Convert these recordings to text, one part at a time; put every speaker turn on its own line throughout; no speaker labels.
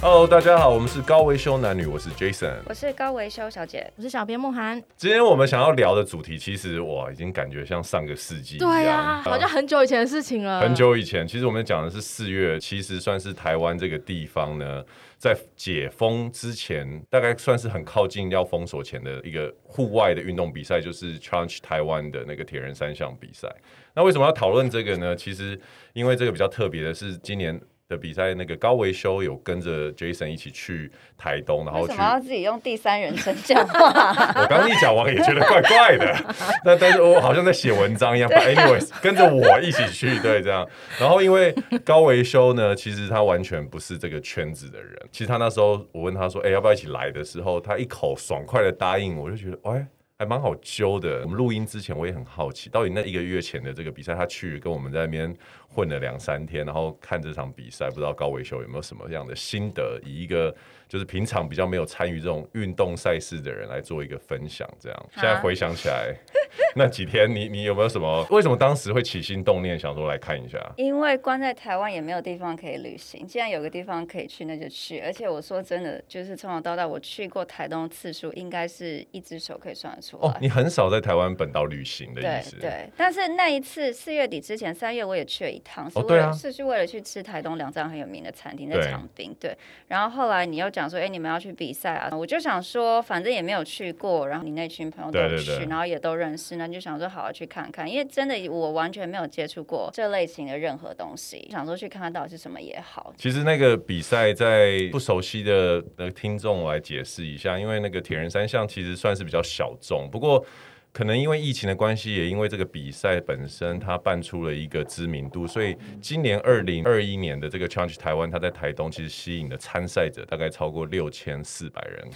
Hello，大家好，我们是高维修男女，我是 Jason。
我是高维修小姐，
我是小编慕涵。
今天我们想要聊的主题，其实哇，已经感觉像上个世纪一样啊
对呀、好像很久以前的事情了。
很。久以前，其实我们讲的是四月，其实算是台湾这个地方呢，在解封之前，大概算是很靠近要封锁前的一个户外的运动比赛，就是 Challenge 台湾的那个铁人三项比赛。那为什么要讨论这个呢？其实因为这个比较特别的是，今年的比赛那个高维修有跟着 Jason 一起去台东，然后
为
去
什么要自己用第三人称讲话？
我刚刚一讲完也觉得怪怪的， 那但是我好像在写文章一样。But anyways，跟着我一起去，对，这样。然后因为高维修呢，其实他完全不是这个圈子的人。其实他那时候我问他说：“哎、要不要一起来？”的时候，他一口爽快的答应，我就觉得，哎。还蛮好揪的。我们录音之前，我也很好奇，到底那一个月前的这个比赛，他去跟我们在那边混了两三天，然后看这场比赛，不知道高维修有没有什么样的心得，以一个就是平常比较没有参与这种运动赛事的人来做一个分享。这样，现在回想起来， 那几天你你有没有什么？为什么当时会起心动念想说来看一下？
因为关在台湾也没有地方可以旅行，既然有个地方可以去，那就去。而且我说真的，就是从小到大我去过台东次数，应该是一只手可以算得出来。
哦，你很少在台湾本岛旅行的
对
意思。
对，但是那一次四月底之前，三月我也去了一趟，是
哦
为
对
了、
啊
是去为了去吃台东两家很有名的餐厅，在
对
长滨。对，然后后来你又讲说，哎，你们要去比赛啊，我就想说，反正也没有去过，然后你那群朋友都
对
有
对
去，
对
然后也都认识，那你就想说，好好去看看，因为真的我完全没有接触过这类型的任何东西，想说去看看到底是什么也好。
其实那个比赛，在不熟悉的呃听众我来解释一下，因为那个铁人三项其实算是比较小众，不过可能因为疫情的关系，也因为这个比赛本身它办出了一个知名度，所以今年二零二一年的这个 Challenge 台湾，它在台东其实吸引的参赛者大概超过六千四百人，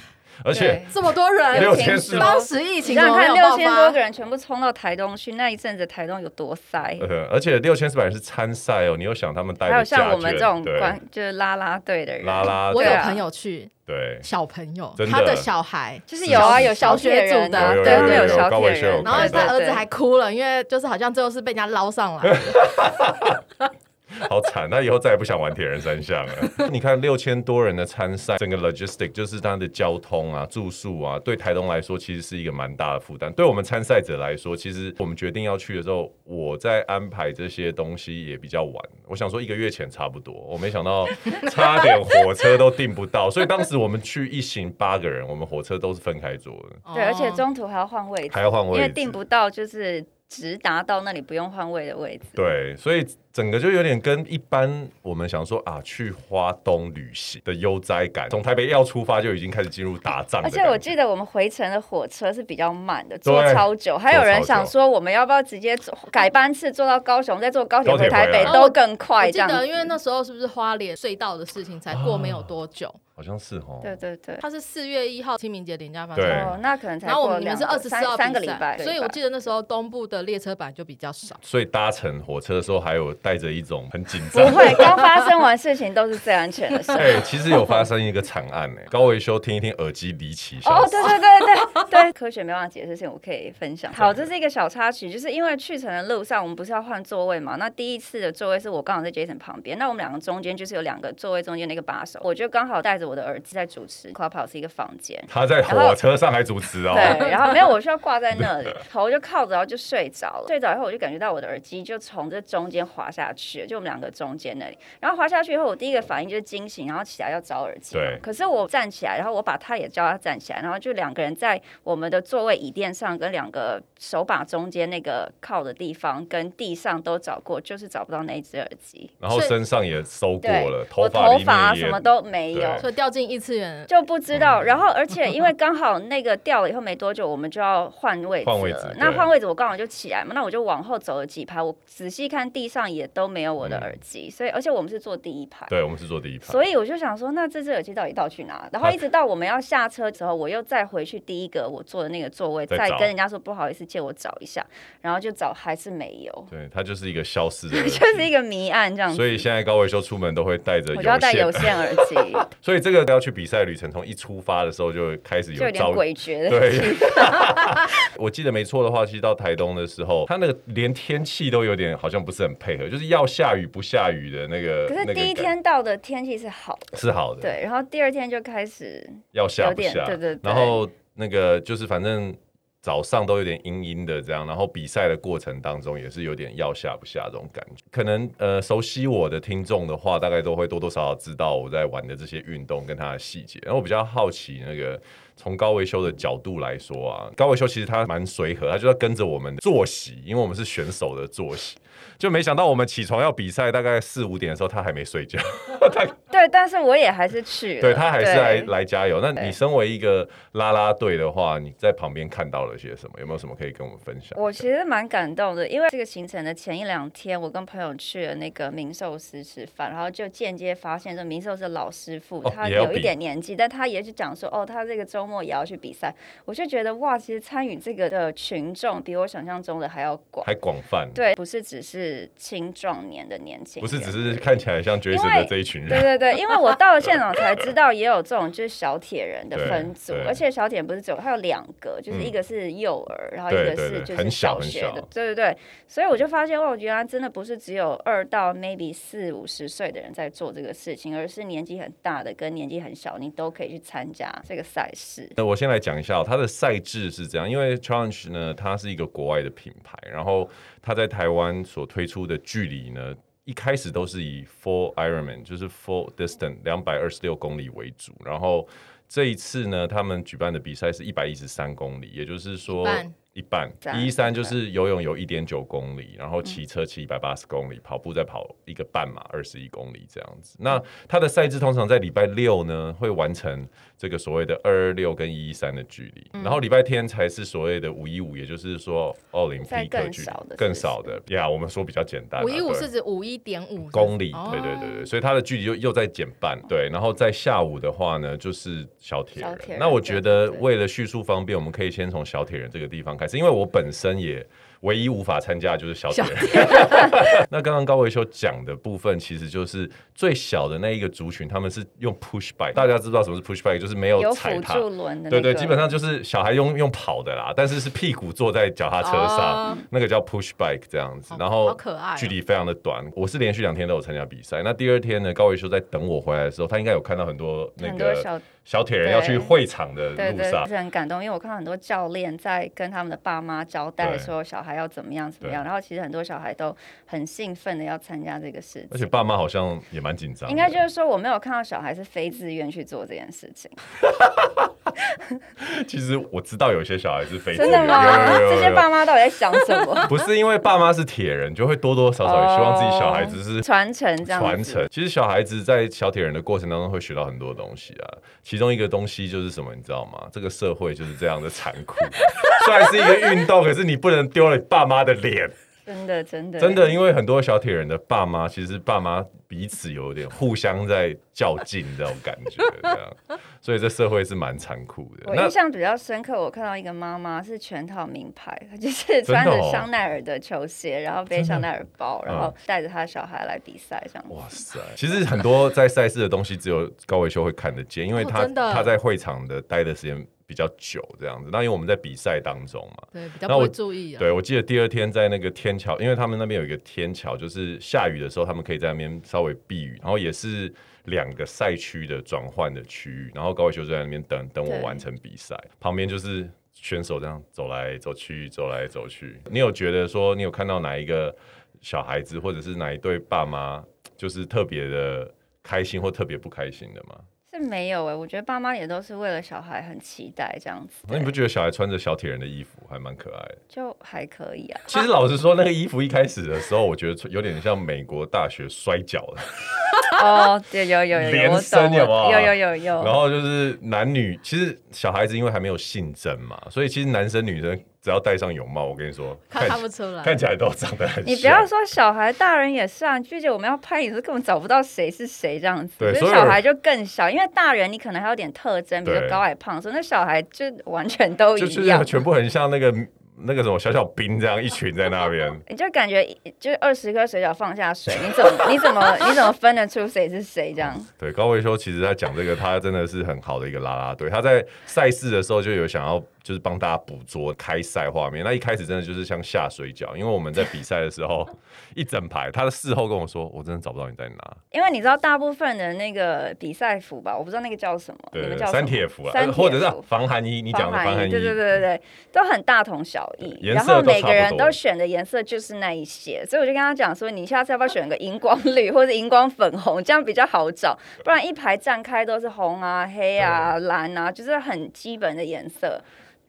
而且
对
这么多 人，
六千四百
当时疫
你
情
想
怎
想
么没
看，
有
六
爆
千多
发
个？人全部冲到台东去，那一阵子台东有多塞？
呃，而且六千四百人是参赛哦，你有想他们带
还有
的
像
家
我们这种
眷对
关就是啦啦队的人，
拉拉
我
对
有
啊
朋友去，
对。
小朋友，
真的
他的小孩。
就是有啊，
是
有
小
铁
学组
人
的
啊
有有
对
有
对，
有有
小
高
铁
伟秀有
人，
然后
看
他
到
儿子
对
还哭了，因为就是好像最后是被人家捞上来，
好惨，他以后再也不想玩铁人三项了。你看六千多人的参赛，整个 logistic 就是他的交通啊、住宿啊，对台东来说其实是一个蛮大的负担。对我们参赛者来说，其实我们决定要去的时候，我在安排这些东西也比较晚。我想说一个月前差不多，我没想到差点火车都订不到，所以当时我们去一行八个人，我们火车都是分开坐的，
哦
对，而且中途还要换位置，
还要换位置，
因为订不到就是直达到那里不用换位的位置。
对，啊所以整个就有点跟一般我们想说啊，去花东旅行的悠哉感，从台北要出发就已经开始进入打仗的感
而
觉。
且我记得我们回程的火车是比较慢的，
啊对
坐超久，还有人想说我们要不要直接坐改班次坐到高雄，再坐高铁
高铁
回台北
回来啊
都更快
我
这
记
样
得，
子。
因为那时候是不是花莲隧道的事情才过没有多久？
好像是哦，
对对对，
他是四月一号清明节连假放假
对，
哦，那可能才
然后我
过
们你们
两
是二十四
三
号
三个
比
礼
赛
拜，
所以我记
得。
得那时候东部的列车版就比较少。
所以搭乘火车的时候还有带着一种很紧
不
张。
会，刚发生完事情都是最安全的事。
哎、其实有发生一个惨案呢、高维修听一听耳机离奇消
哦，
息，
对对对 对对，科学没办法解释的事情，我可以分享。好，这是一个小插曲，就是因为去程的路上，我们不是要换座位嘛？那第一次的座位是我刚好在 Jason 旁边，那我们两个中间就是有两个座位中间的一个把手，我就刚好带着我的耳机在主持 Clubhouse 一个房间。
他在火车上还主持哦。
对，然后没有，我需要挂在那里，头就靠着，然后就睡着了。睡着以后，我就感觉到我的耳机就从这中间滑下去，就我们两个中间那里。然后滑下去以后，我第一个反应就是惊醒，然后起来要找耳机嘛。
对
可是我站起来，然后我把他也叫他站起来，然后就两个人在我们的座位椅垫上跟两个手把中间那个靠的地方跟地上都找过，就是找不到那一只耳机。
然后身上也搜过
对
了，，
我
发啊
头
里
发
面也
什么都没有
对。
所以掉进异次元，
就不知道。然后，而且嗯 因为刚好那个掉了以后没多久，我们就要换位置
换位置
了。那
对
换位置，我刚好就起来嘛，那我就往后走了几排，我仔细看地上也都没有我的耳机，所以而且我们是坐第一排。
对，我们是坐第一排。
所以我就想说，那这只耳机到底到去哪？然后一直到我们要下车的时候，我又再回去第一个我坐的那个座位，
再
再
找
跟人家说不好意思，借我找一下，然后就找还是没 有，
对，它 就是一个消失的
就
耳机，
是一个谜案这样子。
所以现在高维修出门都会带着
我就要
有
戴有
线，
线耳机，
所以这个要去比赛旅程，从一出发的时候就开始
就有点
遭遇。
诡谲的。
对， 我记得没错的话，其实到台东的时候，它那个连天气都有点好像不是很配合，就是要下雨不下雨的那个。
可
那
是
个
第一
感
天到的天气是好的，
是好的，
对，然后第二天就开始
要下
有
不
点
下，
对对对
然后那个就是反正早上都有点阴阴的这样，然后比赛的过程当中也是有点要下不下这种感觉。可能呃熟悉我的听众的话，大概都会多多少少知道我在玩的这些运动跟它的细节。然后我比较好奇那个。从高维修的角度来说啊，高维修其实它蛮随和，它就要跟着我们的作息，因为我们是选手的作息。就没想到我们起床要比赛，大概四五点的时候，他还没睡觉。
对，但是我也还是去了，
对他还是来
对
来加油。那
对
你身为一个啦啦队的话，你在旁边看到了些什么？有没有什么可以跟我们分享？
我其实蛮感动的，因为这个行程的前一两天，我跟朋友去了那个明寿司吃饭，然后就间接发现说明寿司的老师傅、
哦
他
也要
有一
比
点年纪，但他也是讲说哦，他这个周末也要去比赛，我就觉得哇，其实参与这个的群众比我想象中的还要广，
还广泛，
对，不是只是青壮年的年轻人，
不是只是看起来像
为
Jason 的这一群
对
人，
对对，因为我到了现场才知道，也有这种就是小铁人的分组
对，对
而且小铁不是只有，它有两个，就是
嗯
一个是幼儿，然后一
对
个
对
是
对
就是
很小很
学的
小，
对对对，所以我就发现哇，我原来真的不是只有二到 maybe 四五十岁的人在做这个事情，而是年纪很大的跟年纪很小，你都可以去参加这个赛事。
那我先来讲一下哦、它的赛制是这样，因为 Challenge 呢，它是一个国外的品牌，然后它在台湾所推出的距离呢，一开始都是以 Full Ironman，就是 Full Distance 两百二十六公里为主，然后这一次呢，他们举办的比赛是一百一十三公里，也就是说
一半
一半嗯
赞
一三就是游泳有一点九公里，然后骑车骑一百八十公里，跑步再跑一个半马二十一公里这样子。那它的赛制通常在礼拜六呢会完成这个所谓的二二六跟一一三的距离，
嗯
然后礼拜天才是所谓的五一五，也就是说奥林匹
再
克
更
距离
少的
更
是不是
少的呀。我们说比较简单啊，
五一五
对
是指五一点五
公里，
哦
对对对对，所以它的距离又又在减半，对，然后在下午的话呢，就是小铁人
小。铁人
那我觉得
对对对
为了叙述方便，我们可以先从小铁人这个地方开始，因为我本身也唯一无法参加的就是小铁人。 那刚刚高维修讲的部分，其实就是最小的那一个族群，他们是用 push bike，大家知道什么是 push bike，就是没有
有
踩
辅
踏。
助轮的、那
对对，
个，
基本上就是小孩用用跑的啦，但是是屁股坐在脚踏车上，
哦
那个叫 push bike 这样子
好，
然后
好可爱哦
距离非常的短。我是连续两天都有参加比赛，那第二天呢，高维修在等我回来的时候，他应该有看到很多那
很多
个
小
小铁人要去
对
会场的
对
路
对，
上
是，很感动，因为我看到很多教练在跟他们的爸妈交代
对
说小孩要怎么样怎么样，然后其实很多小孩都很兴奋的要参加这个事
而且
情。
爸妈好像也蛮紧张的，
应该就是说，我没有看到小孩是非自愿去做这件事情，
其实我知道有些小孩是非自
真
愿
的
有有
吗？
有有有
这些爸妈到底在想什 么？
不是因为爸妈是铁人，就会多多少少也希望自己小孩子是
传承这样子
传承。其实小孩子在小铁人的过程当中会学到很多东西啊，其中一个东西就是什么，你知道吗？这个社会就是这样的残酷。 虽然是一个运动，可是你不能丢了你爸妈的脸，
真的真的
真的，因为很多小铁人的爸妈，其实爸妈彼此有点互相在较劲这种感觉，这样，所以这社会是蛮残酷的。
我
那
印象比较深刻，我看到一个妈妈是全套名牌， 她就是
真的
穿着
哦嗯
香奈儿的球鞋，然后背香奈儿包，然后带着她小孩来比赛这样子。
哇塞！其实很多在赛事的东西，只有高维修会看得见，因为他、
哦真的
他在会场的待的时间比较久，这样子。那因为我们在比赛当中嘛，
对，比较
那
不
我
会注意啊。
对我记得第二天在那个天桥，因为他们那边有一个天桥，就是下雨的时候他们可以在那边稍微避雨，然后也是两个赛区的转换的区域，然后高维修就在那边等等我
对
完成比赛，旁边就是。选手这样走来走去，走来走去，你有觉得说你有看到哪一个小孩子，或者是哪一对爸妈，就是特别的开心或特别不开心的吗？
是没有哎、我觉得爸妈也都是为了小孩很期待这样子，
那你不觉得小孩穿着小铁人的衣服还蛮可爱的？
就还可以 啊。
其实老实说，那个衣服一开始的时候，我觉得有点像美国大学摔跤的，
哦，对，有有有
连
有，我
身
懂，
有没
我
有
有有有
然
有。
后就是男女，其实小孩子因为还没有性征嘛，所以其实男生女生只要戴上泳帽，我跟你说，
看
看
看不出来，
看起来都长得很像。
你不要说小孩，大人也是啊。剧姐，我们要拍影子，根本找不到谁是谁这样子。
对
可
所
是
以
小
我
孩就更小，因为大人你可能还有点特征，比如
对
说高矮胖瘦，那小孩就完全都
就是
一样。
全部很像那个那个什么小小兵这样一群在那边，
你就感觉就是二十颗水饺放下水，你怎么你怎么你怎么分得出谁是谁这样？
对，高维修其实他讲这个，他真的是很好的一个啦啦队。他在赛事的时候就有想要就是帮大家捕捉开赛画面。那一开始真的就是像下水饺，因为我们在比赛的时 候一整排，他的事后跟我说，我真的找不到你在哪。
因为你知道大部分的那个比赛服吧，我不知道那个叫什么，
对
你
对
们
对，
叫什么
三铁服啊，
三
呃
铁
或者是
服
防寒衣，你讲的防
防
寒衣，
对对对对对，都很大同小异。
嗯颜
然
色
后
都
每
差
个
不
人
多
都选的颜色就是那一些，所以我就跟他讲说，你下次要不要选个荧光绿或者荧光粉红，这样比较好找，不然一排站开都是红啊、黑啊、蓝啊，就是很基本的颜色。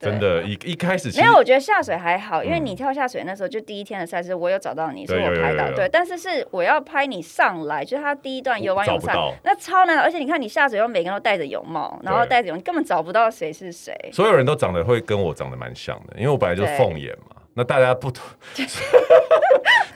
对
真。的，一一开始其
没
实
有，我觉得下水还好，因为
嗯
你跳下水那时候就第一天的赛事，我有找到你，是
对有
我
有
拍
有
到
有
对，但是是我要拍你上来，就是他第一段游完
找
泳
不
上
到
来，那超难的，而且你看你下水后每个人都戴着泳帽，然后
对
戴着泳，你根本找不到谁是谁。
所有人都长得会跟我长得蛮像的，因为我本来就是
对
凤眼嘛。那大家 不，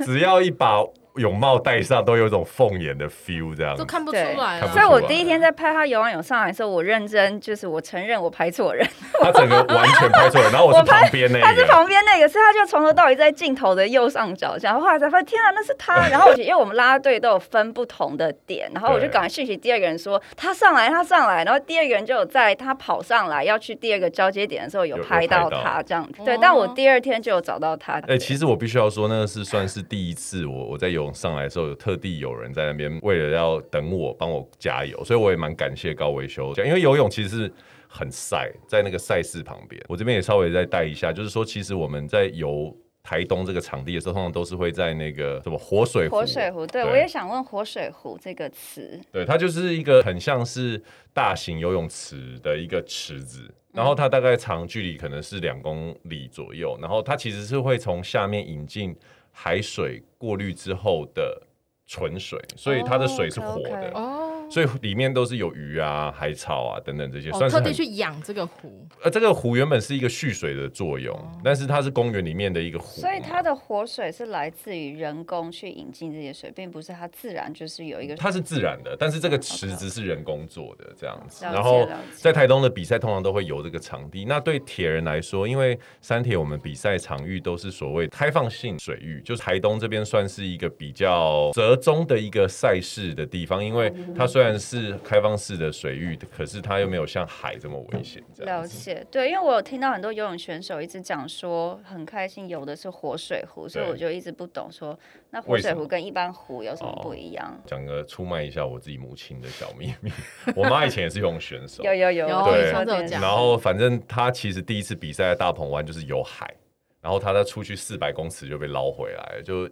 只要一把泳帽戴上，都有一种凤眼的 feel 这样
都
子。
看不出
对
来啊
看不
所以
出
了。
我
来
第一天在拍他游完泳上来的时候，我认真就是我承认我拍错人，
他整个完全拍错了，然后我是
我拍
旁边那
他
一
是
个，
旁边那个，所以他就从头到尾在镜头的右上角这样。后来才发现，天啊，那是他。然后我就因为我们啦啦队都有分不同的点，然后我就赶快讯息第二个人说他上来，他上来。然后第二个人就有在他跑上来要去第二个交接点的时候有
有
拍到
有拍到
他这样子。对
哦，
但我第二天就有找到他。
哎、其实我必须要说，那是算是第一次我我在游泳上来的时候，有特地有人在那边为了要等我帮我加油，所以我也蛮感谢高维修，因为游泳其实是很晒，在那个赛事旁边，我这边也稍微再带一下，就是说其实我们在游台东这个场地的时候，通常都是会在那个什么活水湖，
活水湖，对
对
我也想问“活水湖”这个词，
对，它就是一个很像是大型游泳池的一个池子，然后它大概长距离可能是两公里左右，然后它其实是会从下面引进海水过滤之后的纯水，所以它的水是活的。
哦
哦，
所以里面都是有鱼啊、海草啊等等这些，
哦
算是
特
很
地去养这个湖，
呃，这个湖原本是一个蓄水的作用，但是它是公园里面的一个湖嘛，
所以它的活水是来自于人工去引进这些水，并不是它自然就是有一个。
嗯它是自然的，但是这个池子是人工做的这样子。
哦了解
然后
了解
在台东的比赛通常都会游这个场地。那对铁人来说，因为三铁我们比赛场域都是所谓开放性水域，就是台东这边算是一个比较折中的一个赛事的地方，因为它虽然是开放式的水域，可是它又没有像海这么危险。这样
了
子。
解，对，因为我有听到很多游泳选手一直讲说很开心游的是活水湖，所以
对
我就一直不懂说那活
为什
水
么哦
湖跟一般湖有什么不一样？
讲个出卖一下我自己母亲的小秘密，我妈以前也是游泳选手，
有有有，
有啊
我
对
听
上
说
次有
这件啊
讲
事
然后反正他其实第一次比赛在大鹏湾就是游海，然后他在出去四百公尺就被捞回来，就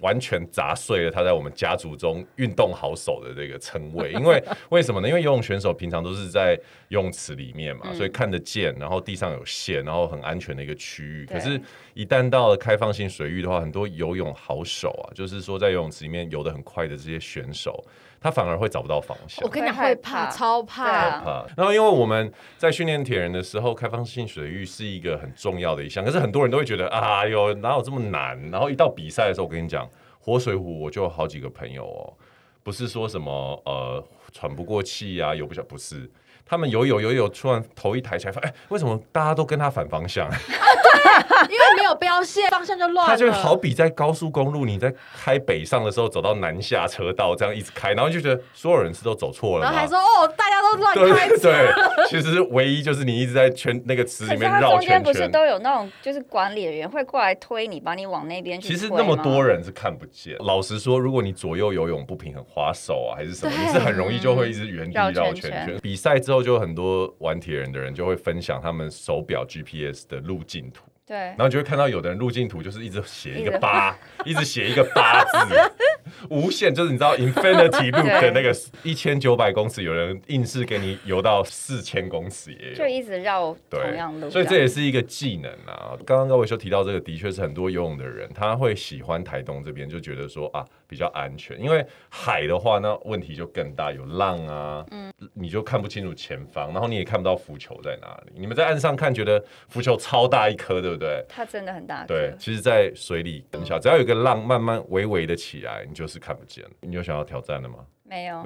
完全砸碎了他在我们家族中运动好手的这个称谓。因 为为什么呢？因为游泳选手平常都是在游泳池里面嘛，
嗯
所以看得见，然后地上有线，然后很安全的一个区域。可
对
是，一旦到了开放性水域的话，很多游泳好手啊，就是说在游泳池里面游得很快的这些选手，他反而会找不到方向
我。跟你讲
会害
会怕，
怕
超
对
怕
啊。
怕。然后因为我们在训练铁人的时候，开放性水域是一个很重要的一项，可是很多人都会觉得啊，有哪有这么难？然后一到比赛的时候，我跟你讲，活水湖我就有好几个朋友哦，不是说什么呃喘不过气啊，游不下，不是。他们游游游游，突然头一抬起来，发哎，为什么大家都跟他反方向？
因为没有标线，方向就乱了。
他就好比在高速公路，你在开北上的时候走到南下车道，这样一直开，然后就觉得所有人是都走错了吗，
然后还说哦，大家都乱
啊对
开
对对，其实唯一就是你一直在圈那个池
可
里
是
面
它
绕
中间
圈
不是
圈。
都有那种就是管理人员会过来推你，把你往那边去
其
推吗？
实那么多人是看不见。老实说，如果你左右游泳不平衡、划手啊，还是什么，
对
你是很容易就会一直原地
嗯绕
绕
圈
圈
圈
圈。比赛之后，就有很多玩铁人的人就会分享他们手表 GPS 的路径图，
对
然，后你就会看到有的人路径图就是一直写一
一
个
直
八，一直写一个八字， 无限就是你知道 infinity loop 的那个一千九百公尺，有人硬是给你游到四千公尺也有，
就一直绕
对，
同样路，
所以这也是一个技能啊。刚刚高伟修提到这个，的确是很多游泳的人他会喜欢台东这边，就觉得说啊比较安全，因为海的话那问题就更大，有浪啊，你就看不清楚前方，然后你也看不到浮球在哪里。你们在岸上看觉得浮球超大一颗，对不对？
它真的很大
对
颗，。
其实，在水里很小，只要有一个浪慢慢微微的起来，你就是看不见。你有想要挑战的吗？
没有，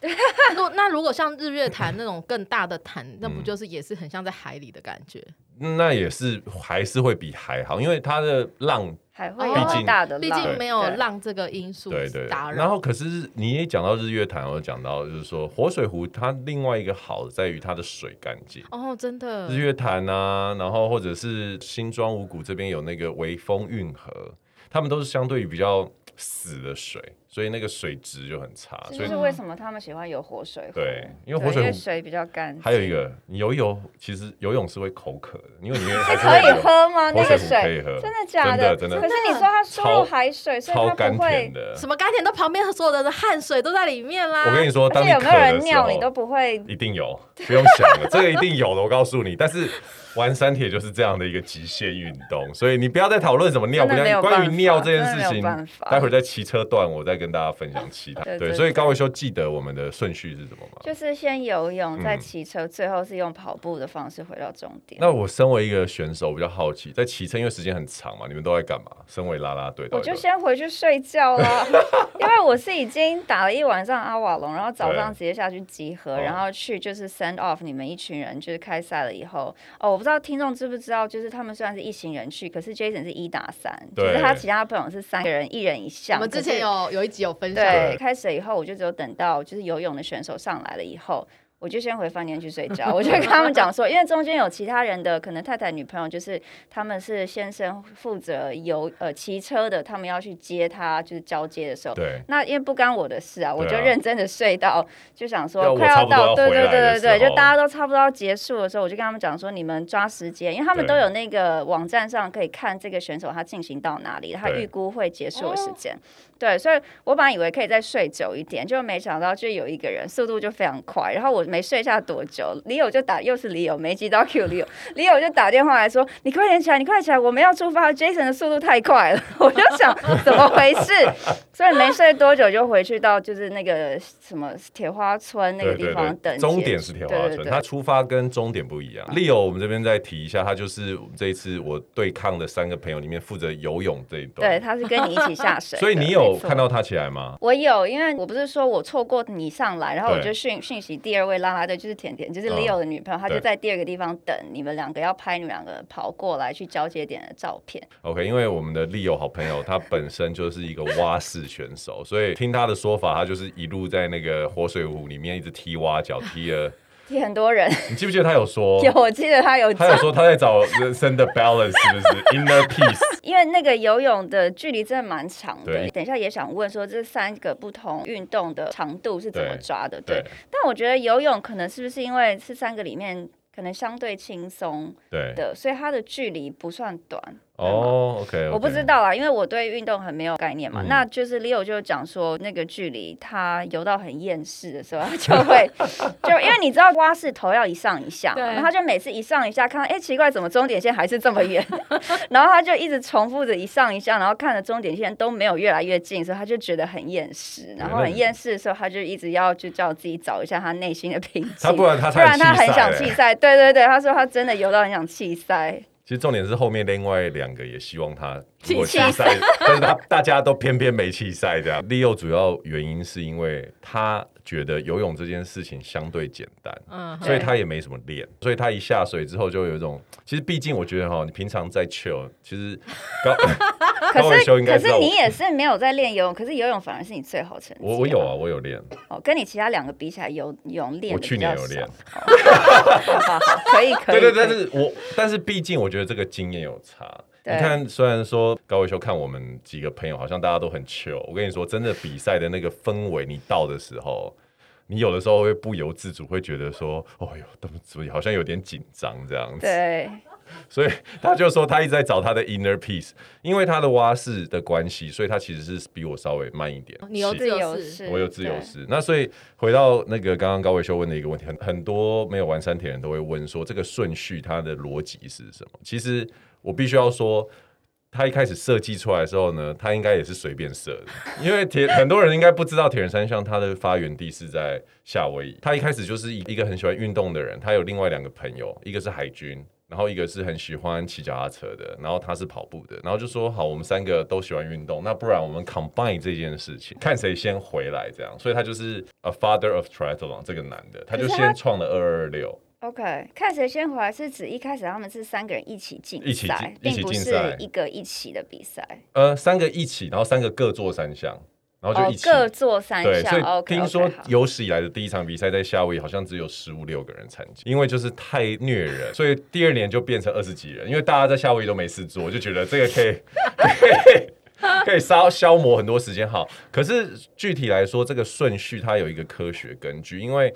如那如果像日月潭那种更大的潭，那不
嗯
就是也是很像在海里的感觉？
那也是还是会比海好，因为它的浪
还会
毕
有
竟
很大的浪，
哦毕竟没有
对
浪这个因素
对对。
打
然
扰。
后可是你一讲到日月潭，我就讲到就是说活水湖它另外一个好在于它的水干净。
哦，真
嗯
的
日，月潭啊，然后或者是新庄五谷这边有那个微风运河，它们都是相对于比较死的水，所以那个水质就很差。
这
啊所
就
以
是为什么他们喜欢有活水湖，
对因为
对
活水湖
水比较干净，
还有一个，你游一游其实游泳是会口渴的，因为里面还是
哎可
会
以
有
喝吗？
活水
那个
壶可以
水
喝，
真的假
的？
的？
真
可
的
是你说它输入
超
海水，所以
超
它
甘
不
甜
会。
的。
什么甘甜都旁边所有的人的汗水都在里面啦。
我跟你说，
啊而
当
且
你
有
渴
没有人
的时
尿你都
候，嗯
不会？
一定有，不用想 了，这个一定有的，我告诉你。但是玩山铁就是这样的一个极限运动，所以你不要再讨论什么尿不
真的没
尿，
有
关于尿这件
办法
事
真的没
情
有办，法
待会儿在骑车段我再跟大家分享其他。
对
对，
对
所以高维修记得我们的顺序是什么吗？
就是先游泳，再
嗯
骑车，最后是用跑步的方式回到终点。
那我身为一个选手，我比较好奇，在骑车因为时间很长嘛，你们都在干嘛？身为啦啦队，到
我
底都
就先回去睡 觉了，因为我是已经打了一晚上阿瓦隆，然后早上
对
直接下去集合，
哦
然后去就是 send off 你们一群人，就是开赛了以后，哦，我不知道听众知不知道，就是他们虽然是一行人去，可是 Jason 是一打三，就
对
是他其他朋友是三个人，一人一项。
我们之
可
前
是
有有一集有分享，
对
对
开始以后，我就只有等到就是游泳的选手上来了以后。我就先回饭店去睡 觉，我就跟他们讲说，因为中间有其他人的可能太太、女朋友，就是他们是先生负责游呃骑车的，他们要去接他，就是交接的时候，
对。
那因为不干我的事啊，我就
对啊
认真的睡到，就想
要
说
我
快
差不多
到，
要
对
回
对
来的
对对对，
时候
就大家都差不多要结束的时候，我就跟他们讲说，你们抓时间，因为他们
对
都有那个网站上可以看这个选手他进行到哪里，他
对
预估会结束的时间。对，所以我本来以为可以再睡久一点，就没想到就有一个人速度就非常快，然后我没睡下多久，李友就打，又是李友，没接到 Q 李友，李友就打电话来说：“你快点起来，你快点起来，我们要出发了，Jason 的速度太快了。” 我就想怎么回事， 所以没睡多久就回去到就是那个什么铁花村那个
对
地
对
方等
对，
结
终点是铁花
对
村，
对对
它出发跟终点不一样。Leo，我们这边再提一下，他就是我们这一次我对抗的三个朋友里面负责游泳这一
对，
段。
他是跟你一起下 水的，
所以你有
没错
看到他起来吗？
我有，因为我不是说我错过你上来，然后我
对
就讯讯息第二位拉拉队，就是甜甜，就是
嗯
Leo 的女朋友，她
对
就在第二个地方等你们两个要拍你们两个跑过来去交接点的照 片。
OK，因为我们的利友好朋友，他本身就是一个蛙式选手，所以听他的说法，他就是一路在那个活水湖里面一直踢蛙脚，踢了。
替很多人
你记不记得他有说？
有，我记得他有
他有说他在找人生的 balance，是不是 inner peace？
因为那个游泳的距离真的蛮长的
对。
等一下也想问说，这三个不同运动的长度是怎么
对
抓的？对。
对
但我觉得游泳可能是不是因为是三个里面可能相对轻松
对，
的，所以它的距离不算短。
哦，OK，
我不知。道啦，因为我对运动很没有概念嘛。
嗯
那就是 Leo 就讲说，那个距离他游到很厌世的时候，他就 会就因为你知道蛙式头要一上一下嘛，
对
然后他就每次一上一下，看到哎、奇怪，怎么终点线还是这么远？ 然后他就一直重复着一上一下，然后看着终点线都没有越来越近，所以他就觉得很厌世。然后
那
很
你
厌世的时候，他就一直要就叫自己找一下他内心的平静。
他不然他
不然他很
很
想弃赛，对对对，他说他真的游到很想弃赛。
其实重点是后面另外两个也希望他
弃
如果弃赛， 但是他大家都偏偏没弃赛这样。Leo 主要原因是因为他觉得游泳这件事情相对简单，
嗯，
所以
对
他也没什么练，所以他一下水之后就有一种，其实毕竟我觉得哈，你平常在 chill，其实 高
可
高维
是
修应该
可
知道我
是你也是没有在练游泳，可是游泳反而是你最好成绩。
我我有啊，，我有练，
哦，跟你其他两个比起来，游泳练
我
得
去
比较
年有
少
练，
好好好可以可 以。
对对，但
可以
是我但是毕竟我觉得这个经验有差。你
对
看，虽然说高维修看我们几个朋友好像大家都很 chill，我跟你说，真的比赛的那个氛围，你到的时候，你有的时候会不由自主会觉得说，哦呦，怎么怎么好像有点紧张这样子。
对
所以他就说他一直在找他的 inner peace，因为他的蛙式的关系，所以他其实是比我稍微慢一点。
你有
是
自由
由
式
式，
我有自由
对。
式。那所以回到那个刚刚高维修问的一个问题，很很多没有玩山铁人都会问说，这个顺序它的逻辑是什么？其实我必须要说。他一开始设计出来的时候呢，他应该也是随便设的，因为铁很多人应该不知道铁人三项它的发源地是在夏威夷。他一开始就是一一个很喜欢运动的人，他有另外两个朋友，一个是海军，然后一个是很喜欢骑脚踏车的，然后他是跑步的，然后就说好，我们三个都喜欢运动，那不然我们 combine 这件事情，看谁先回来这样。所以他就是 a father of triathlon 这个男的，他就
可是他
先创了二二六，
OK，看谁先回来是指一开始他们是三个人一起竞
一起
赛
竞，一
并
起
不
竞
是
赛
一个一起的比赛，
呃，三个一起，然后三个各做三项，然后就
哦
一，起。
各做三
对，所
项。
以
OK，
听说有史以来的第一场比赛在夏威夷好像只有十五六个人参加，因为就是太虐人，所以第二年就变成二十几人，因为大家在夏威夷都没事做，就觉得这个可以可以 消消磨很多时间。好，可是具体来说，这个顺序它有一个科学根据，因为。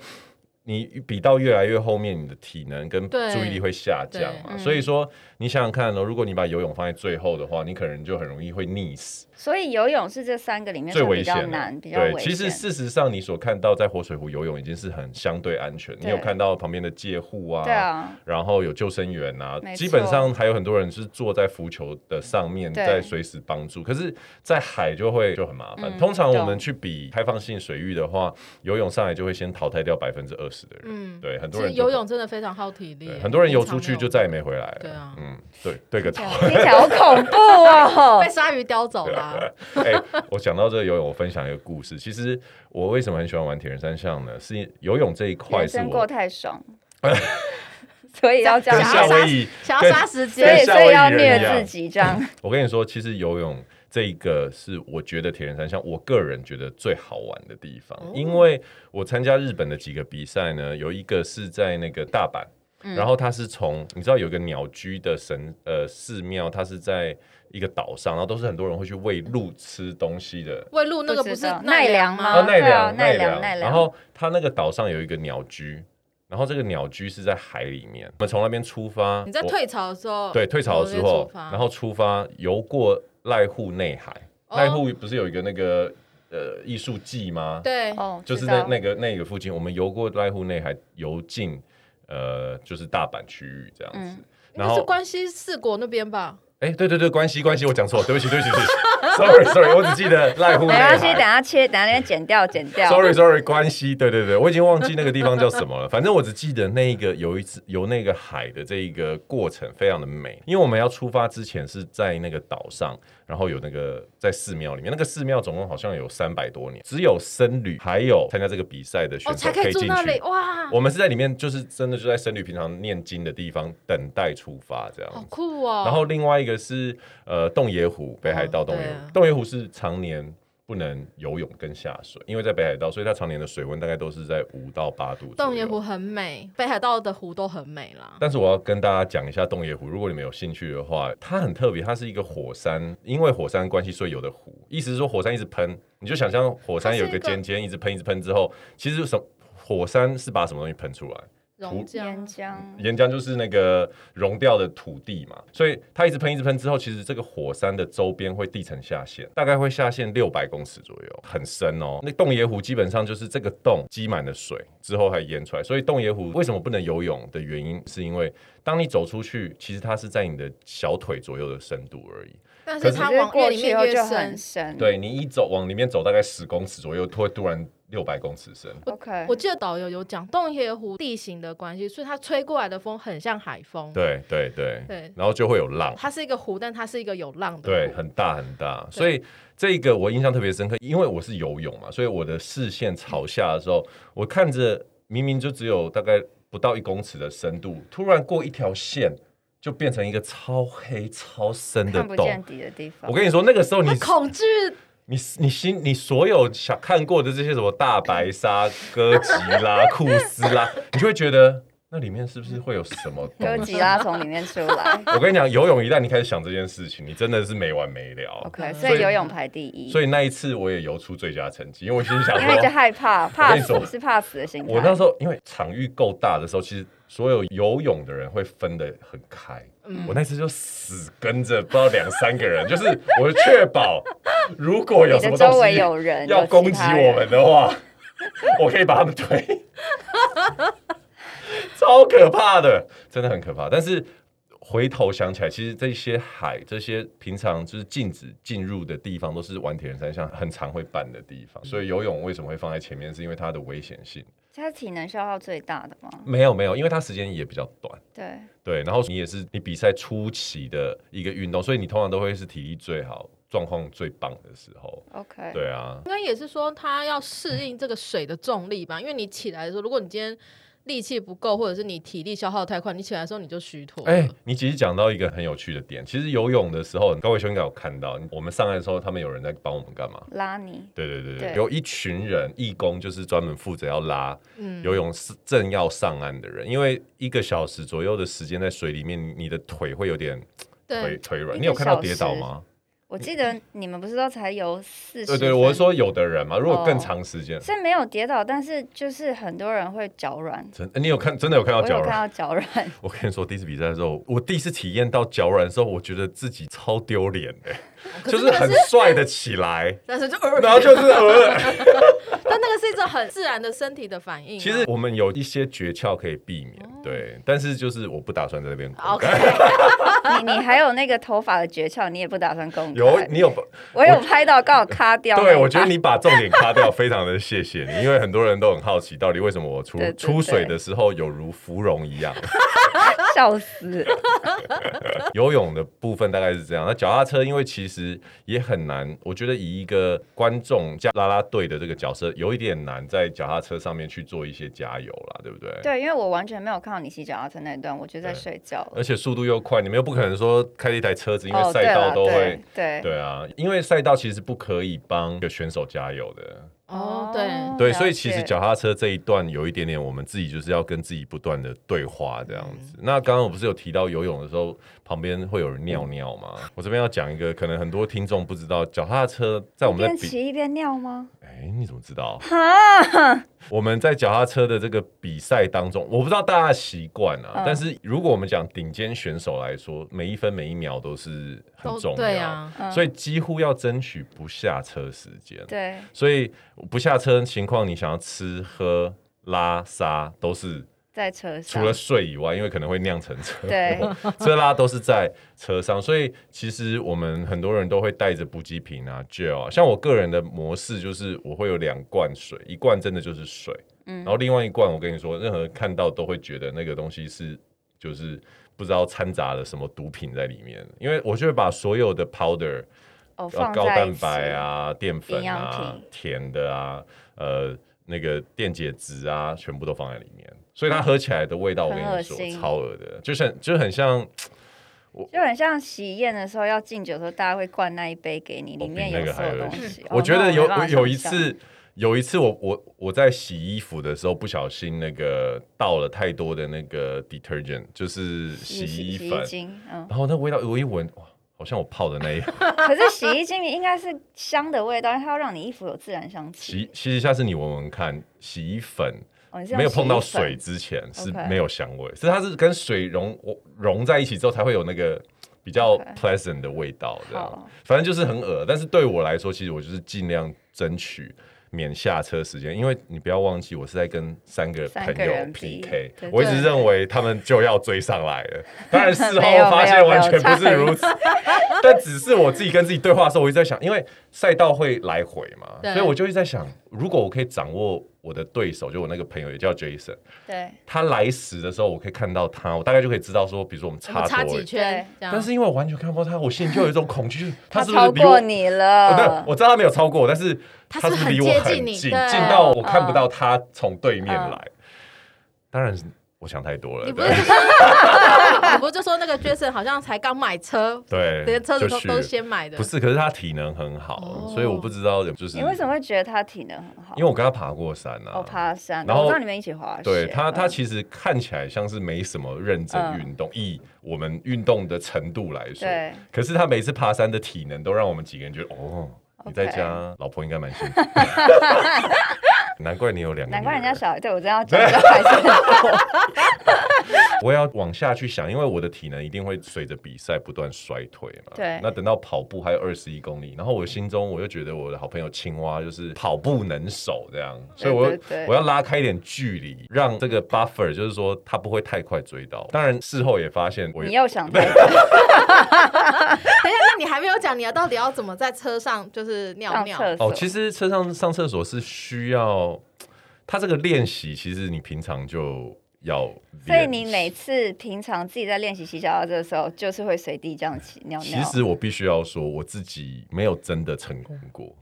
你比到越来越后面，你的体能跟
对
注意力会下降嘛，
对
所以说你想想看哦，如果你把游泳放在最后的话，你可能就很容易会溺死。
所以游泳是这三个里面
最
算
危
比较
险的
难，，比较
对
危，险。
其实事实上你所看到在活水湖游泳已经是很相对安全，你有
对
看到旁边的界护啊，
对啊，
然后有救生员啊
没，错
基本上还有很多人是坐在浮球的上面，
对
在随时帮助。可是，在海就会就很麻烦。
嗯
通常我
懂
们去比开放性水域的话，游泳上来就会先淘汰掉百分之二十的人，
嗯，
对，很
其
多
实
人
游
就。
泳真的非常耗体力
对，，很多人游
平常
出去
没有
就再也没回来了。
对啊
嗯，对，对个头。
听起来好恐怖哦
被。鲨鱼叼走 啊啦。
哎、我讲到这个游泳，我分享一个故事。其实我为什么很喜欢玩铁人三项呢？是游泳这一块
人
是
生过
我
太爽， 所以要这样
跟
想
夏
要
子，
威夷
想要
跟
杀时
所
跟
以
间，
夏威
所以
夷
要
人
虐
一样
自己 这样。
我跟你说，其实游泳这一个是我觉得铁人三项，我个人觉得最好玩的地方，
哦
因为我参加日本的几个比赛呢，有一个是在那个大阪，
嗯
然后它是从你知道有一个鸟居的神呃寺庙，它是在一个岛上，然后都是很多人会去喂鹿吃东西的。
喂鹿那个
不
不是
知道
奈良
奈
啊，
良
吗？
吗
奈
对啊
良，
奈良
良，
奈良
然后它那个岛上有一个鸟居，然后这个鸟居是在海里面。我们从那边出发，
你在
我
退潮的时候，
对，退潮
我
了
在
之后
出，发
然后出发游过濑户内海。
哦
濑户不是有一个那个呃艺术季吗？
对，
哦，
就是
知
那
道
那个那个附近，我们游过濑户内海，游进呃就是大阪区域这样子。
嗯
然
那是
后
关西四国那边吧？
哎，对对对，关系关系，我讲错，了，对不起对不起对不起，sorry sorry，我只记得濑户内
没关系，等
海。
下切，等下那边剪掉，剪掉。
Sorry Sorry，关系，对对对，我已经忘记那个地方叫什么了。反正我只记得那一个有一次游那个海的这一个过程非常的美，因为我们要出发之前是在那个岛上，然后有那个在寺庙里面，那个寺庙总共好像有三百多年，只有僧侣还有参加这个比赛的选
哦，
手
才可以
以
住
进
那里
去。
哇，
我们是在里面，就是真的就在僧侣平常念经的地方等待出发这样
好
子。
酷哦。
然后另外一个是呃洞爷湖，北海道
哦
洞爷
对
湖
啊，
洞爷湖是常年不能游泳跟下水，因为在北海道，所以它常年的水温大概都是在五到八度。
洞爷湖。很美，北海道的湖都很美啦。
但是我要跟大家讲一下洞爷湖，如果你们有兴趣的话，它很特别，它是一个火山，因为火山关系所以有的湖，意思是说火山一直喷，你就想象火山有一个
它是一个
尖尖一直喷一直喷之后，其实什么火山是把什么东西喷出来？
榕
岩
江
浆，
岩浆就是那个溶掉的土地嘛，所以它一直喷一直喷之后，其实这个火山的周边会地层下陷，大概会下陷六百公尺左右，很深哦。那洞爷湖基本上就是这个洞积满了水之后还淹出来，所以洞爷湖为什么不能游泳的原因，是因为当你走出去，其实它是在你的小腿左右的深度而已。
但
可
是
是
它
只是
往越
过
里
去
面
后
越
就
深
很。深。
对你一走往里面走大概十公尺左右，突突然六百公尺深。
，OK，
我记得导游有讲，洞爷湖地形的关系，所以它吹过来的风很像海风。
对对对
对
然后就会有浪。
它是一个湖，但它是一个有浪的
对，
湖。
很大很大。所以这个我印象特别深刻，因为我是游泳嘛，所以我的视线朝下的时候，我看着明明就只有大概不到一公尺的深度，突然过一条线，就变成一个超黑超深的
看不见
洞。
底的地方
我。跟你说，那个时候你
它恐惧，
你你心你所有想看过的这些什么大白鲨、哥吉拉、库斯拉，你就会觉得那里面是不是会有什么
哥
东西？
吉拉从里面出 来
我跟你讲，游泳一旦你开始想这件事情，你真的是没完没了。
，OK，
所
所
以
以游泳排第一。
所以那一次我也游出最佳成绩，因为我心里想
因为就
说，
害怕，怕
我跟你
死
说
是怕死的心态。
我那时候因为场域够大的时候，其实所有游泳的人会分得很开。
嗯
我那次就死跟着不知道两三个人，就是我确保如果有
你
什
的
么东
周围
西
有人
要攻击我，们的话，我可以把他们推，超可怕的，真的很可怕。但是回头想起来，其实这些海，这些平常就是禁止进入的地方，都是玩铁人三项很常会办的地方。所以游泳为什么会放在前面，是因为它的危险性。
有其它是体能消耗最大的吗？
没有没有，因为它时间也比较短，
对，
对，然后你也是你比赛初期的一个运动，所以你通常都会是体力最好、状况最棒的时候。
OK，
对啊，
应该也是说他要适应这个水的重力吧，因为你起来的时候，如果你今天力气不够，或者是你体力消耗太快，你起来的时候你就虚脱了。
哎、你其实讲到一个很有趣的点，其实游泳的时候，高伟兄应该有看到，我们上岸的时候，他们有人在帮我们干嘛？
拉你，
对对对对，
对
有一群人义工就是专门负责要拉
嗯
游泳是正要上岸的人，因为一个小时左右的时间在水里面，你的腿会有点腿
对，
腿
一
软。
个
你有看到跌倒吗？
我记得你们不是都才游四
嗯
十？
对对，我是，说有的人嘛，如果更
哦
长时间，
是没有跌倒，但是就是很多人会脚软，
真、哎你有看真的有看到
我
脚
有看
软？
到脚软，
我跟你说，第一次比赛的时候，我第一次体验到脚软的时候，我觉得自己超丢脸的，
可
就是很帅的起来，
但是就，
然后就是 呃
但那个是一种很自然的身体的反应啊。
其实我们有一些诀窍可以避免，
嗯
对，但是就是我不打算在这边公开。
OK，
你你还有那个头发的诀窍，你也不打算公开？
有你有，
我有拍到，刚好卡掉那一把。
对我觉得你把重点卡掉，非常的谢谢你，因为很多人都很好奇，到底为什么我出
对对对
出水的时候有如芙蓉一样。
笑死。
游泳的部分大概是这样，那脚踏车因为其实也很难，我觉得以一个观众加啦啦队的这个角色，有一点难在脚踏车上面去做一些加油啦，对不对？
对，因为我完全没有看到你洗脚踏车那一段，我就在
对
睡觉了。
而且速度又快，你们又不可能说开了一台车子，因为
哦，对
赛道
了，
都会、
对对
对啊，因为赛道其实是不可以帮一个选手加油的，
哦，对，
对，
了
所以其实
解
脚踏车这一段有一点点，我们自己就是要跟自己不断的对话这样子。那刚刚我不是有提到游泳的时候，旁边会有人尿尿吗？我这边要讲一个，可能很多听众不知道，脚踏车在我
一
们
边
在比，
骑一边尿吗？
哎，你怎么知道？
哈，
我们在脚踏车的这个比赛当中，我不知道大家的习惯啊，
嗯
但是如果我们讲顶尖选手来说，每一分每一秒都是很
都
重要，
对啊，
嗯
所以几乎要争取不下车时间。
对
所以不下车的情况，你想要吃喝拉撒都是
在车
除
上。
了睡以外，因为可能会酿成车
对哦
祸，这拉都是在车上。所以其实我们很多人都会带着补给品啊、gel 啊。像我个人的模式就是，我会有两罐水，一罐真的就是水，
嗯
然后另外一罐我跟你说，任何人看到都会觉得那个东西是就是。不知道掺杂了什么毒品在里面，因为我就会把所有的 powder
哦，
要
放
高
在一
蛋
起
白，啊、淀粉
营养
啊
品、
甜的啊、呃那个电解质啊，全部都放在里面，所以它喝起来的味道，我
很
跟你说
恶心
超恶的，就是很就是很像
就很像喜宴的时候要敬酒的时候，大家会灌那一杯给你，
哦
里面
比那
有
个
所
还
有
恶
东
心
西。哦
我觉得有
我
有一次，有一次我我我在洗衣服的时候不小心那个倒了太多的那个 detergent，就是洗衣
洗
粉
衣，精，嗯，
然后那味道我一闻哇，好像我泡的那一样。
可是洗衣精应该是香的味道，因为它要让你衣服有自然香气。
洗其实下次你闻闻看，洗衣粉
哦你是用
没有碰到
洗衣粉
水之前是
OK
没有香味，是它是跟水融融在一起之后才会有那个比较
OK
pleasant 的味道，这样
好。
反正就是很恶，但是对我来说，其实我就是尽量争取。免下车时间，因为你不要忘记，我是在跟三个
三
朋
个
友
人比
PK，
对
我一直
对
认为他们就要追上来了，当然事后
没有
发
没
现
有
完
没有
全不
差
是
很
如此， 但只是我自己跟自己对话的时候，我一直在想，因为赛道会来回嘛，
对
所以我就一直在想，如果我可以掌握我的对手，就我那个朋友也叫 Jason，
对，
他来时的时候，我可以看到他，我大概就可以知道说，比如说我们
我
差
们擦
多
几
了，
圈，啊这样
但是因为我完全看不到他，我心里就有一种恐惧，就是他是不
超
是比我
过？你
我但
了，
我知道他没有超过我，但是
他
他
是
是
很
离我
接
很
近你
近，
对
近到我看不到他从对面
嗯
来。当然，我想太多了
你，不是
对
就 说，你不是就说那个 Jason 好像才刚买车，
对，
连车子
就
都
是
都是先买的，
不是，可是他体能很好，
哦
所以我不知道就是
你为什么会觉得他体能很好？
因为我跟他爬过山啊，
哦，爬山，
然后
我知道你们一起滑雪。
对他，
嗯
他其实看起来像是没什么认真运动，以我们运动的程度来说，
对
可是他每次爬山的体能都让我们几个人觉得，哦，你在
OK
家，老婆应该蛮幸福， 难怪你有两个，
难怪人家。小，对我真 要讲到还是
我也要往下去想，因为我的体能一定会随着比赛不断衰退嘛。
对
那等到跑步还有二十一公里，然后我心中我又觉得我的好朋友青蛙就是跑步能手这样，所以我
对对
我要拉开一点距离，让这个 buffer 就是说他不会太快追到。当然事后也发现我
你
也
又想太多
等一下，那你还没有讲你要到底要怎么在车上就是尿
上
哦
尿？
厕所。
哦，其实车上上厕所是需要。它这个练习其实你平常就要练习，
所以你每次平常自己在练习骑脚踏车的时候，就是会随地这样骑尿
其
尿。
实我必须要说，我自己没有真的成功过。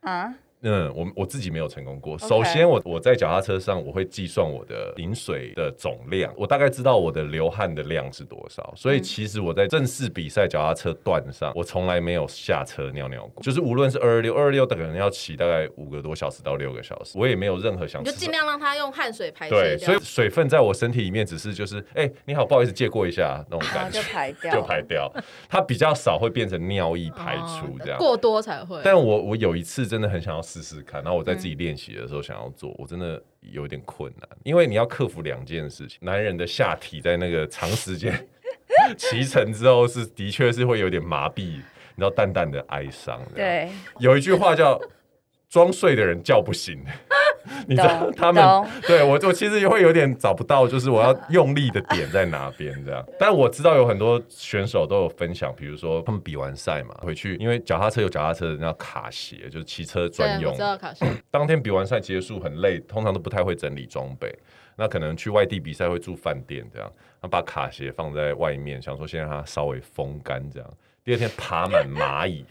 啊，
嗯，我我自己没有成功过。
OK
首先我，我在脚踏车上，我会计算我的饮水的总量，我大概知道我的流汗的量是多少。所
嗯
以，其实我在正式比赛脚踏车段上，我从来没有下车尿尿过。就是无论是二二六，二二六可能要骑大概五个多小时到六个小时，我也没有任何想
你就
吃
尽量让它用汗水排
对，
泄
所
掉
以。水分在我身体里面只是就是，哎、你好，不好意思借过一下啊那种
啊
然后
感
就
觉，
排掉，
就排掉，它比较少会变成尿意排出这样。
哦过多才会。
但我我有一次真的很想要试试看，然后我在自己练习的时候想要做，我真的有点困难，因为你要克服两件事情：男人的下体在那个长时间 骑乘之后是的确是会有点麻痹，你知道淡淡的哀伤。，
对，
有一句话叫“装睡的人叫不醒”， 你知道
懂
他们
懂
对我我其实也会有点找不到，就是我要用力的点在哪边这样。 但我知道有很多选手都有分享，比如说他们比完赛嘛，回去因为脚踏车有脚踏车的那卡鞋，就是骑车专
对，我
用
知。道卡西。
当天比完赛结束很累，通常都不太会整理装备。那可能去外地比赛会住饭店这样，那把卡鞋放在外面，想说先让它稍微风干这样。第二天爬满蚂蚁，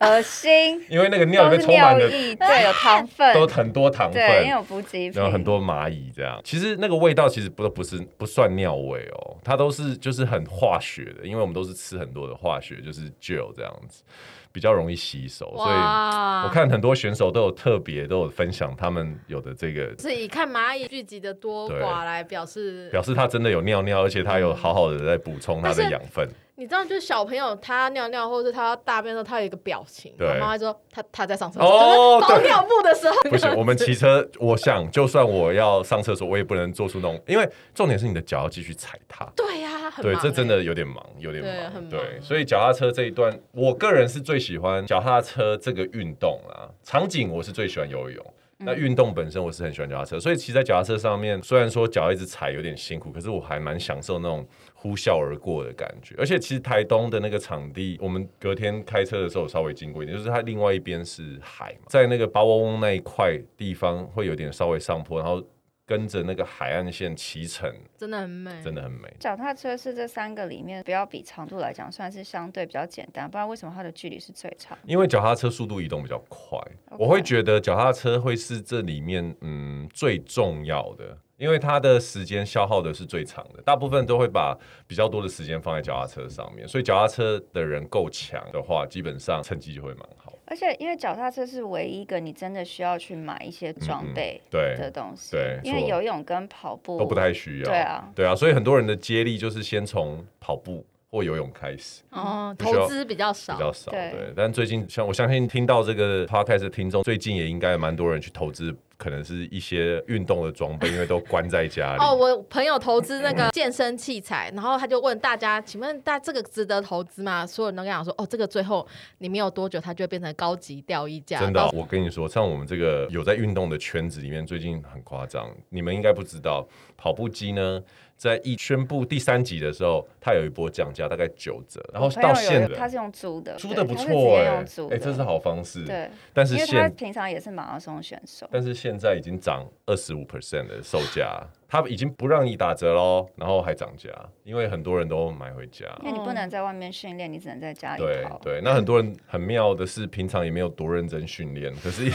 恶心，
因为那个尿里
都
面
是
充满
尿
了
液，对，有糖分，
都很多糖分，
对，因为有补给
然后
品，
很多蚂蚁这样。其实那个味道其实不不是不算尿味哦，它都是就是很化学的，因为我们都是吃很多的化学，就是 gel 这样子，比较容易吸收。所以
哇
我看很多选手都有特别都有分享他们有的这个。
是以看蚂蚁聚集的多
对
寡来表示。
表示他真的有尿尿，而且他有好好的在补充他的养分。
你知道，就是小朋友他尿尿或者他要大便的时候，他有一个表情，
对
然后妈妈就说他他在上厕
哦
所，就是包
对
尿布的时候。
不行，我们骑车，我想就算我要上厕所，我也不能做出那种，因为重点是你的脚要继续踩踏。
对呀，很
对，
忙
这真
欸
的有点忙，有点
对
忙。
很忙
对，所以脚踏车这一段，我个人是最喜欢脚踏车这个运动啦。场景我是最喜欢游泳，
嗯
那运动本身我是很喜欢脚踏车，所以骑在脚踏车上面，虽然说脚一直踩有点辛苦，可是我还蛮享受那种呼啸而过的感觉。而且其实台东的那个场地，我们隔天开车的时候稍微经过一点，就是它另外一边是海嘛，在那个八窝翁那一块地方会有点稍微上坡，然后跟着那个海岸线骑乘，
真的很美，
真的很美。
脚踏车是这三个里面，不要比长度来讲，算是相对比较简单。不然为什么它的距离是最长？
因为脚踏车速度移动比较快我会觉得脚踏车会是这里面嗯最重要的，因为它的时间消耗的是最长的，大部分都会把比较多的时间放在脚踏车上面，所以脚踏车的人够强的话，基本上成绩就会蛮好。
而且因为脚踏车是唯一一个你真的需要去买一些装备的
对，
东西，
嗯对
因为
错
游泳跟跑步
都不太需要。
对啊，
对啊，所以很多人的接力就是先从跑步或游泳开始。
哦，
不需要
投资比较
比
少，
较少，
对
对。但最近，像我相信听到这个 podcast 的听众，最近也应该蛮多人去投资，可能是一些运动的装备，因为都关在家 里。
哦，我朋友投资那个健身器材，然后他就问大家，请问大这个值得投资吗？所有人都跟他讲说，哦，这个最后你没有多久，它就会变成高级吊衣架。
真的
到
哦，我跟你说，像我们这个有在运动的圈子里面，最近很夸张。你们应该不知道，跑步机呢，在一宣布第三集的时候，它有一波降价，大概九折，然后
我朋友
到
有
现
他
在
是用租的，
租
对
的不
他是
错
直接
哎
用、租
哎，
的，
这是好方式。
对，
但是
因为
现
他平常也是马拉松选手，
但是现在已经涨二十五 percent 的售价，它已经不让你打折喽，然后还涨价，因为很多人都买回家。
因为你不能在外面训练，你只能在家里
对
跑。
对，那很多人很妙的是，平常也没有多认真训练，可 是一